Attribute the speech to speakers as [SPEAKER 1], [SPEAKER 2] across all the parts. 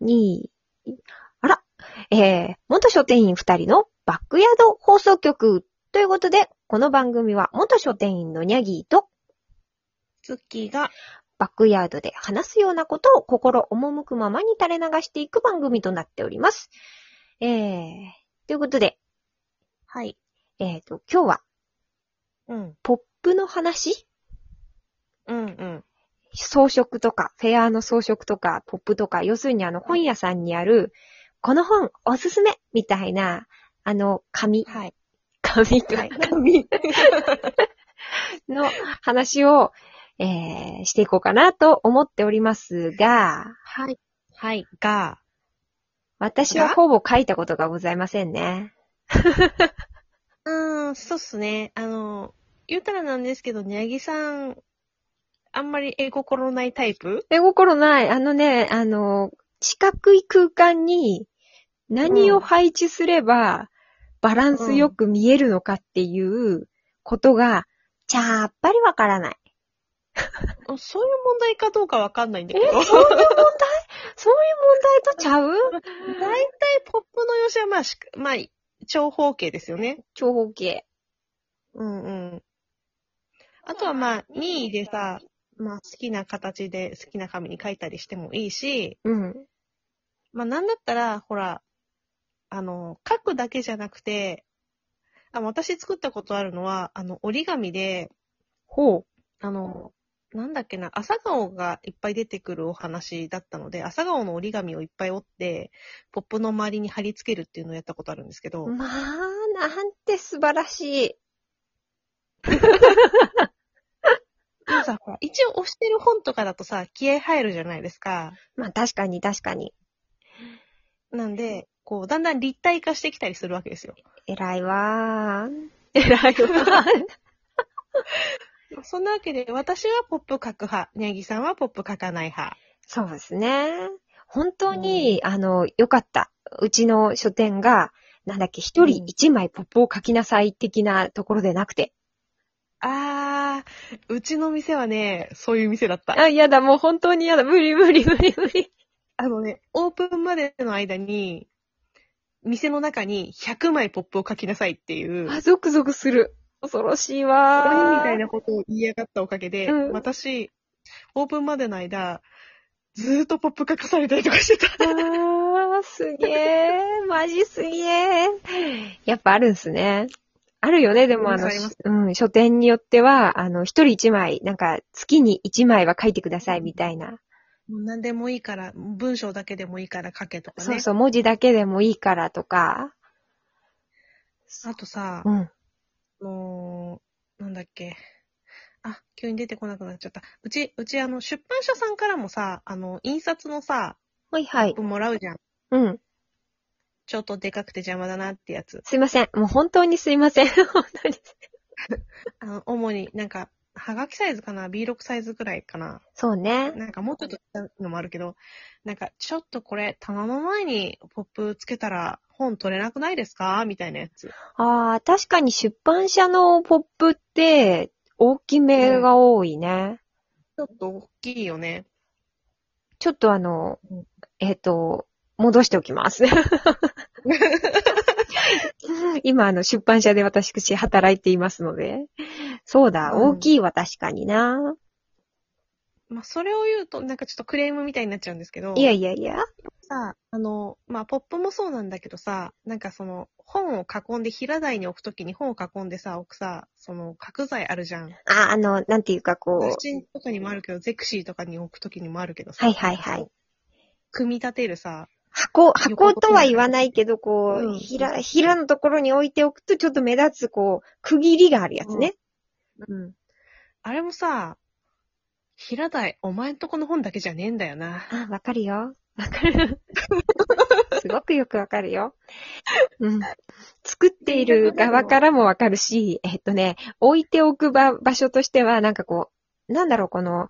[SPEAKER 1] に、あら、えー、元書店員二人のバックヤード放送局ということで、この番組は元書店員のニャギーと
[SPEAKER 2] 月が、
[SPEAKER 1] バックヤードで話すようなことを心赴くままに垂れ流していく番組となっております。えー、ということで、
[SPEAKER 2] はい。
[SPEAKER 1] えーと、今日は
[SPEAKER 2] うん。
[SPEAKER 1] ポップの話
[SPEAKER 2] うんうん。
[SPEAKER 1] 装飾とか、フェアの装飾とか、ポップとか、要するにあの本屋さんにある、この本おすすめみたいな、あの、紙、
[SPEAKER 2] はい。
[SPEAKER 1] 紙と
[SPEAKER 2] はい
[SPEAKER 1] 紙の話を、えー、していこうかなと思っておりますが、
[SPEAKER 2] はい。はい。が、
[SPEAKER 1] 私は
[SPEAKER 2] が
[SPEAKER 1] ほぼ書いたことがございませんね。
[SPEAKER 2] うーん、そうっすね。あの、言うたらなんですけど、にゃぎさん、あんまり絵心ないタイプ
[SPEAKER 1] 絵心ない。あのね、あの、四角い空間に何を配置すればバランスよく見えるのかっていうことが、ちゃっぱりわからない。
[SPEAKER 2] そういう問題かどうかわかんないんだけど。大体
[SPEAKER 1] そういう問題とちゃう
[SPEAKER 2] ポップの用紙はまあしか、まあ、長方形ですよね。
[SPEAKER 1] 長方形。
[SPEAKER 2] うんうん。あとはまあ、任意でさ、まあ好きな形で好きな紙に書いたりしてもいいし、
[SPEAKER 1] うん。
[SPEAKER 2] まあなんだったら、ほら、あの、書くだけじゃなくて、あ私作ったことあるのは、あの、折り紙で、
[SPEAKER 1] ほう。
[SPEAKER 2] あの、なんだっけな、朝顔がいっぱい出てくるお話だったので、朝顔の折り紙をいっぱい折って、ポップの周りに貼り付けるっていうのをやったことあるんですけど、
[SPEAKER 1] まあ、なんて素晴らしい。
[SPEAKER 2] でもさ、ほら一応押してる本とかだとさ、気合入るじゃないですか。
[SPEAKER 1] まあ確かに確かに。
[SPEAKER 2] なんで、こう、だんだん立体化してきたりするわけですよ。
[SPEAKER 1] 偉いわー。偉いわー。
[SPEAKER 2] そんなわけで、私はポップ書く派、ニャギさんはポップ書かない派。
[SPEAKER 1] そうですね。本当に、あの、良かった。うちの書店が、なんだっけ、一人
[SPEAKER 2] うん
[SPEAKER 1] 一枚ポップを書きなさい的なところでなくて。
[SPEAKER 2] あー、うちの店はね、そういう店だった。
[SPEAKER 1] あ、やだ、もう本当にやだ。無理無理無理無理。
[SPEAKER 2] あのね、オープンまでの間に、店の中に100枚ポップを書きなさいっていう、鬼
[SPEAKER 1] あ、
[SPEAKER 2] み
[SPEAKER 1] ゾクゾクする。恐ろしいわー。
[SPEAKER 2] たいなことを言いやがったおかげで、
[SPEAKER 1] うん
[SPEAKER 2] 私、オープンまでの間、ずーっとポップ書かされたりとかして
[SPEAKER 1] あ
[SPEAKER 2] た。
[SPEAKER 1] ー、すげえ、 マジすげえ。やっぱあるんすね。あるよね、でもあ
[SPEAKER 2] う
[SPEAKER 1] の
[SPEAKER 2] んあります、
[SPEAKER 1] うん、書店によっては、あの、一人一枚、なんか、月に一枚は書いてください、みたいな。
[SPEAKER 2] もう何でもいいから、文章だけでもいいから書けとか
[SPEAKER 1] そう
[SPEAKER 2] ね。
[SPEAKER 1] そう、文字だけでもいいからとか。
[SPEAKER 2] あとさ、
[SPEAKER 1] うん。
[SPEAKER 2] あのーなんだっけ。あ、急に出てこなくなっちゃった。うち、うちあの、出版社さんからもさ、あの、印刷のさ、
[SPEAKER 1] はいはい。
[SPEAKER 2] もらうじゃん。
[SPEAKER 1] うん。
[SPEAKER 2] ちょっとでかくて邪魔だなってやつ。
[SPEAKER 1] すいません。もう本当にすいません。 本当に。
[SPEAKER 2] あの、主になんか、はがきサイズかな ?B6 サイズくらいかな
[SPEAKER 1] そうね。
[SPEAKER 2] なんかもうちょっと小さいのもあるけど、なんか、ちょっとこれ、棚の前にポップつけたら本取れなくないですかみたいなやつ。
[SPEAKER 1] ああ、確かに出版社のポップって、大きめが多いね。
[SPEAKER 2] ちょっと大きいよね。
[SPEAKER 1] ちょっとあの
[SPEAKER 2] うん、
[SPEAKER 1] えっ、と、戻しておき ます。今、あの、出版社で私、働いていますので。そうだ、
[SPEAKER 2] うん
[SPEAKER 1] 大きいは確かにな。
[SPEAKER 2] まあ、それを言うと、なんかちょっとクレームみたいになっちゃうんですけど。
[SPEAKER 1] いやいやいや。
[SPEAKER 2] さ、あの、まあ、ポップもそうなんだけどさ、なんかその、本を囲んで平台に置くときに本を囲んでさ、置くさ、その、角材あるじゃん。
[SPEAKER 1] あ、あの、なんていうか、こ
[SPEAKER 2] 写
[SPEAKER 1] う、
[SPEAKER 2] 真とかにもあるけど、ゼクシーとかに置くときにもあるけどさ、
[SPEAKER 1] はいはいはい。
[SPEAKER 2] 組み立てるさ、
[SPEAKER 1] 箱、箱とは言わないけど、こ
[SPEAKER 2] う
[SPEAKER 1] う、
[SPEAKER 2] ん
[SPEAKER 1] ひら、ひらのところに置いておくと、ちょっと目立つ、こう、区切りがあるやつね。
[SPEAKER 2] うん。あれもさ、平台、お前んとこの本だけじゃねえんだよな。
[SPEAKER 1] あ、わかるよ。わかる。すごくよくわかるよ。うん。作っている側からもわかるし、えっとね、置いておく場場所としては、なんかこう、なんだろう、この、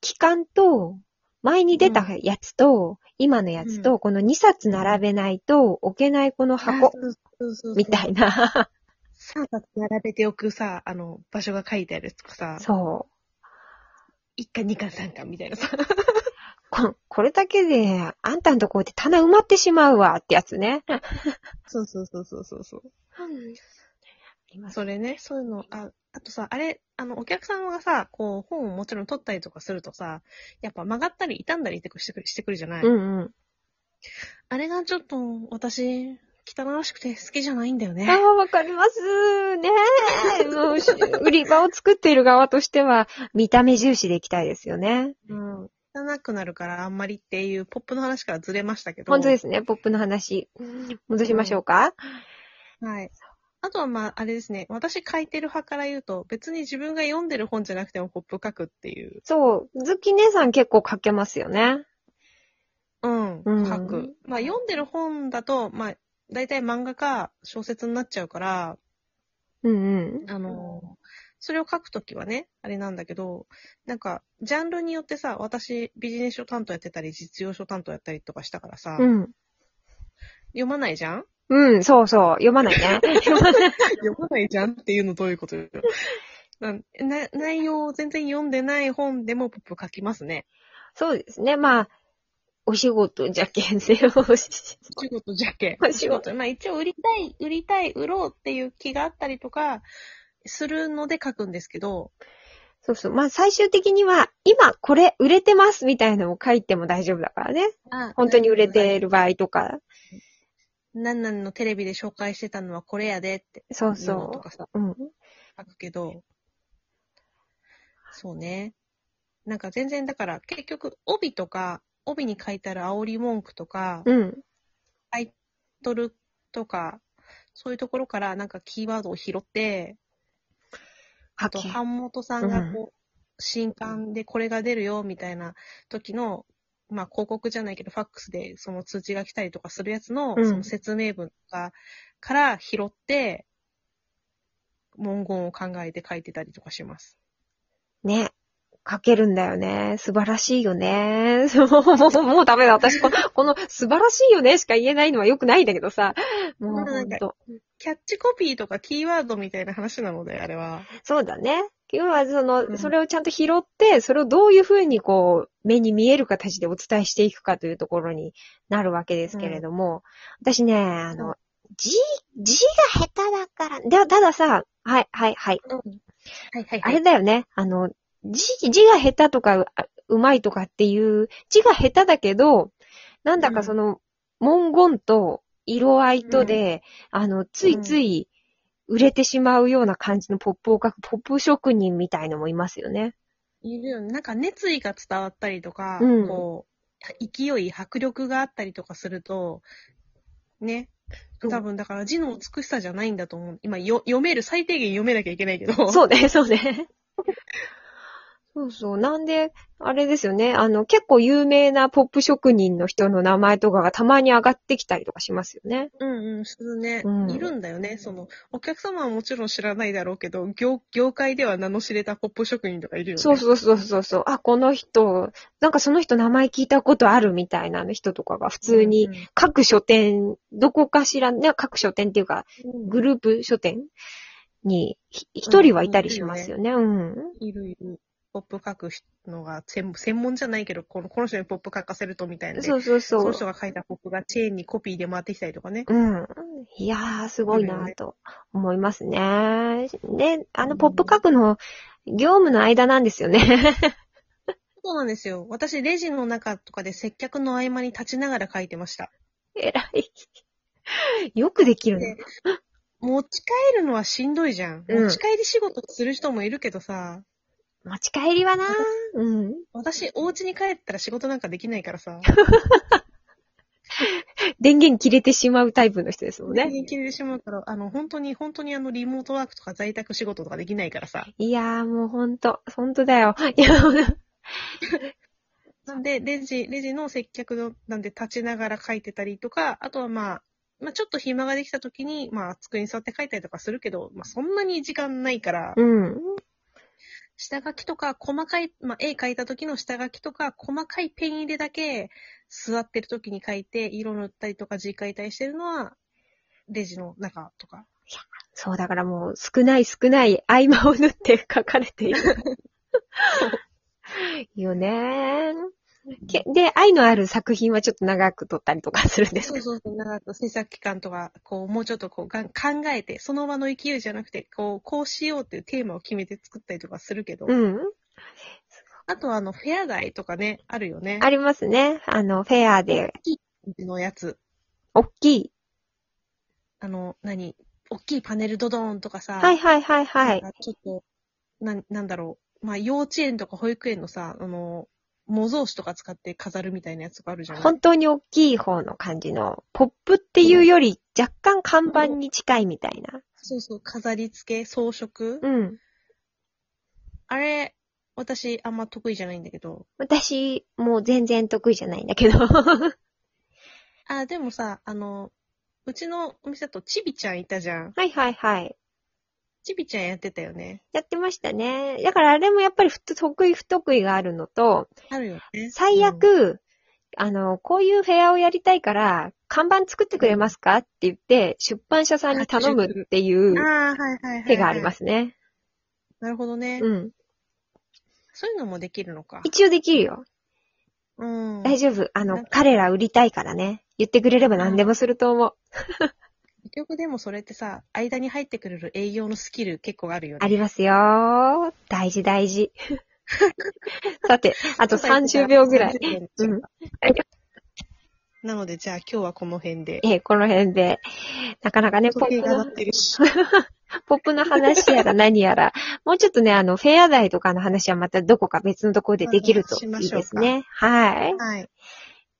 [SPEAKER 1] 期間と、前に出たやつと、今のやつと、この2冊並べないと置けないこの箱、みた
[SPEAKER 2] い。
[SPEAKER 1] い な。
[SPEAKER 2] さ、並べておくさ、あの、場所が書いてあるとかさ、
[SPEAKER 1] そう。
[SPEAKER 2] 1巻、2巻、3巻みたいなさ。
[SPEAKER 1] こ、これだけで、あんたんとこって棚埋まってしまうわってやつね。あ
[SPEAKER 2] そうそうそうそうそうそう。
[SPEAKER 1] ります
[SPEAKER 2] それね、そういうの、あ、あとさ、あれ、あの、お客さんがさ、こう、本をもちろん取ったりとかするとさ、やっぱ曲がったり傷んだりしてくしてくしてくるじゃない、
[SPEAKER 1] うんうん。
[SPEAKER 2] あれがちょっと、私、汚らしくて好きじゃないんだよね。
[SPEAKER 1] ああ、わかります。ねえ。もうし、売り場を作っている側としては、見た目重視でいきたいですよね。
[SPEAKER 2] うん。汚くなるからあんまりっていう、ポップの話からずれましたけど。。
[SPEAKER 1] 本当ですすね、ポップの話。戻しましょうか。
[SPEAKER 2] はい。あとはまあ、あれですね。私書いてる派から言うと、別に自分が読んでる本じゃなくてもポップ書くっていう。
[SPEAKER 1] そう、ズッキー姉さん結構書けますよね。
[SPEAKER 2] うん。
[SPEAKER 1] うん
[SPEAKER 2] 書く。まあ、読んでる本だと、まあ、大体漫画か小説になっちゃうから、
[SPEAKER 1] うんうん。
[SPEAKER 2] あのー、それを書くときはね、あれなんだけど、なんか、ジャンルによってさ、私、ビジネス書担当やってたり、実用書担当やったりとかしたからさ、
[SPEAKER 1] うん。
[SPEAKER 2] 読まないじゃん
[SPEAKER 1] うん、そうそう。読まない ね。 読まない。
[SPEAKER 2] 読まないじゃんっていうのどういうことよ。なんな内容を全然読んでない本でもポップ書きますね。
[SPEAKER 1] そうですね。まあ、お仕事じゃけん せよ。
[SPEAKER 2] お仕事じゃけ。
[SPEAKER 1] お仕事
[SPEAKER 2] まあ一応売りたい、売りたい、売ろうっていう気があったりとか、するので書くんですけど、
[SPEAKER 1] そうそう。まあ、最終的には、今これ売れてますみたいなのを書いても大丈夫だからね。本当に売れてる場合とか。
[SPEAKER 2] 何々のテレビで紹介してたのはこれやでって
[SPEAKER 1] そう
[SPEAKER 2] いうのと
[SPEAKER 1] そ
[SPEAKER 2] かさ、
[SPEAKER 1] う。うん。
[SPEAKER 2] 書くけど、そうね。なんか全然だから結局帯とか、帯に書いてある煽り文句とか、
[SPEAKER 1] うん。
[SPEAKER 2] タイトルとか、そういうところからなんかキーワードを拾って、
[SPEAKER 1] あ
[SPEAKER 2] あと、版元さんがこう、新刊でこれが出るよ、みたいな時の、まあ、広告じゃないけど、ファックスでその通知が来たりとかするやつの、
[SPEAKER 1] うん
[SPEAKER 2] その説明文とかから拾って、文言を考えて書いてたりとかします。
[SPEAKER 1] ね。書けるんだよね。素晴らしいよね。 もう、もうもうダメだ。私、この、この素晴らしいよねしか言えないのは良くないんだけどさ。もう、
[SPEAKER 2] まあな
[SPEAKER 1] ほ
[SPEAKER 2] ん
[SPEAKER 1] ん
[SPEAKER 2] か
[SPEAKER 1] と。
[SPEAKER 2] キャッチコピーとかキーワードみたいな話なので、あれは。
[SPEAKER 1] そうだね。要は、その、
[SPEAKER 2] うん
[SPEAKER 1] それをちゃんと拾って、それをどういうふうに、こう、目に見える形でお伝えしていくかというところになるわけですけれども、私ね、あ
[SPEAKER 2] う
[SPEAKER 1] の、字、字が下手だから、で、たださ、はい、はい、はい。
[SPEAKER 2] はいはい
[SPEAKER 1] あ
[SPEAKER 2] はい。
[SPEAKER 1] れだよね。あの、字、字が下手とか、ううまいとかっていう、字が下手だけど、なんだ
[SPEAKER 2] う
[SPEAKER 1] か
[SPEAKER 2] ん
[SPEAKER 1] その、文言と色合いとで、あの、ついつい売れてしまうような感じのポップを書く、ポップ職人みたいのもいますよね。
[SPEAKER 2] いるよね。なんか熱意が伝わったりとか、
[SPEAKER 1] うん
[SPEAKER 2] こう、勢い、迫力があったりとかすると、ね。
[SPEAKER 1] そう
[SPEAKER 2] 多分だから字の美しさじゃないんだと思う。今よ、読める、最低限読めなきゃいけないけど。う。
[SPEAKER 1] そうね、そうね。そうそう。なんで、あれですよね。あの、結構有名なポップ職人の人の名前とかがたまに上がってきたりとかしますよね。
[SPEAKER 2] うんうん、するね、
[SPEAKER 1] うん
[SPEAKER 2] いるんだよね。その、お客様はもちろん知らないだろうけど、業、業界では名の知れたポップ職人とかいるよね。
[SPEAKER 1] そうそうそうそうそう。あ、この人、なんかその人名前聞いたことあるみたいな人とかが普通に、
[SPEAKER 2] うん
[SPEAKER 1] 各書店、どこかしら、ね、各書店っていうか、
[SPEAKER 2] うん、
[SPEAKER 1] グループ書店にひ一人はいたりしますよね。うん。
[SPEAKER 2] いるいる。ポップ書くのが、専専門じゃないけど、この、この人にポップ書かせるとみたいなね。
[SPEAKER 1] そうそう
[SPEAKER 2] そ
[SPEAKER 1] そ
[SPEAKER 2] の
[SPEAKER 1] う。
[SPEAKER 2] 人が書いたポップがチェーンにコピーで回ってきたりとかね。
[SPEAKER 1] うん。いやー、すごいなーと思いますね。ね、あの、ポップ書くの、業務の間なんですよ ね。
[SPEAKER 2] そうなんですよ。私、レジの中とかで接客の合間に立ちながら書いてました。
[SPEAKER 1] えらい。よくできるね。
[SPEAKER 2] 持ち帰るのはしんどいじゃん。
[SPEAKER 1] うん
[SPEAKER 2] 持ち帰り仕事する人もいるけどさ、
[SPEAKER 1] 持ち帰りはなー。うん。
[SPEAKER 2] 私、お家に帰ったら仕事なんかできないから さ、
[SPEAKER 1] 電源切れてしまうタイプの人ですもんね。
[SPEAKER 2] 人気でしまうから、あの、本当に、本当にあの、リモートワークとか在宅仕事とかできないからさ。
[SPEAKER 1] いやー、もうほんと、ほんとだよ。 いや、ほんと
[SPEAKER 2] なんで、レジ、レジの接客の、なんで立ちながら書いてたりとか、あとはまあ、まあちょっと暇ができた時に、まあ机に座って書いたりとかするけど、まあそんなに時間ないから、
[SPEAKER 1] うん。
[SPEAKER 2] 下書きとか細かい、まあ、絵描いた時の下書きとか細かいペン入れだけ座ってる時に描いて色塗ったりとか字描いたりしてるのはレジの中とか。
[SPEAKER 1] そう、だからもう少ない少ない合間 を縫って書かれている。よねー。けで、愛のある作品はちょっと長く撮ったりとかするんです
[SPEAKER 2] そ
[SPEAKER 1] か
[SPEAKER 2] うそうそう、長く制作期間とか、こう、もうちょっとこうがん、考えて、その場の勢いじゃなくて、こう、こうしようっていうテーマを決めて作ったりとかするけど、
[SPEAKER 1] うん。
[SPEAKER 2] あとはあの、フェア街とかね、あるよね。
[SPEAKER 1] ありますね。あの、フェアで、
[SPEAKER 2] のやつ。
[SPEAKER 1] 大きい。
[SPEAKER 2] あの、何大きいパネルドドーンとかさ、
[SPEAKER 1] はいはいはいはい。
[SPEAKER 2] なんかちょっと、な、なんだろう。まあ、幼稚園とか保育園のさ、あの、模造紙とか使って飾るみたいなやつがあるじゃない
[SPEAKER 1] 本当に大きい方の感じの、ポップっていうより若干看板に近いみたいな。
[SPEAKER 2] そうそう、飾り付け、装飾。
[SPEAKER 1] うん。
[SPEAKER 2] あれ、私、あんま得意じゃないんだけど。
[SPEAKER 1] 私、もう全然得意じゃないんだけど。 は
[SPEAKER 2] あ、でもさ、あの、うちのお店だとちびちゃんいたじゃん。
[SPEAKER 1] いはいはい。
[SPEAKER 2] ちびちゃんやってたよね。
[SPEAKER 1] やってましたね。だからあれもやっぱりふと得意不得意があるのと、
[SPEAKER 2] あるよね。
[SPEAKER 1] 最
[SPEAKER 2] うん
[SPEAKER 1] 悪、あの、こういうフェアをやりたいから、看板作ってくれますかって言って、出版社さんに頼むっていう
[SPEAKER 2] ああ、はいはいはい。。
[SPEAKER 1] 手がありますすね。
[SPEAKER 2] なるほどね。
[SPEAKER 1] うん。
[SPEAKER 2] そういうのもできるのか。
[SPEAKER 1] 一応できるよ。
[SPEAKER 2] うん。
[SPEAKER 1] 大
[SPEAKER 2] 丈
[SPEAKER 1] 丈夫。あ
[SPEAKER 2] な
[SPEAKER 1] の
[SPEAKER 2] ん、か
[SPEAKER 1] 彼ら売りたいからね。言ってくれれば何でもすると思う。
[SPEAKER 2] 夫。結局でもそれってさ、間に入ってくれる営業のスキル結構あるよ
[SPEAKER 1] あ
[SPEAKER 2] ね。
[SPEAKER 1] りますよー。大事大 事。さて、あ
[SPEAKER 2] あ
[SPEAKER 1] と30秒ぐらい。。うん。
[SPEAKER 2] なので、じゃあ今日はこの辺で。
[SPEAKER 1] えーこの辺で。なかなかね、ポッ
[SPEAKER 2] 時計
[SPEAKER 1] プ
[SPEAKER 2] が鳴
[SPEAKER 1] の
[SPEAKER 2] っ、てるし。
[SPEAKER 1] ポップの話やら何やら、 もうちょっとね、あの、フェア代とかの話はまたどこか別のところでできると
[SPEAKER 2] し
[SPEAKER 1] い
[SPEAKER 2] ま
[SPEAKER 1] い
[SPEAKER 2] しょ
[SPEAKER 1] で
[SPEAKER 2] うか
[SPEAKER 1] すね。はい。
[SPEAKER 2] はい。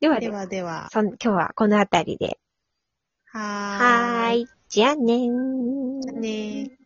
[SPEAKER 1] では
[SPEAKER 2] で
[SPEAKER 1] では、
[SPEAKER 2] はでは。
[SPEAKER 1] そん今日はこのあたりで。
[SPEAKER 2] はー
[SPEAKER 1] はーい。じゃあねー。
[SPEAKER 2] じゃあねー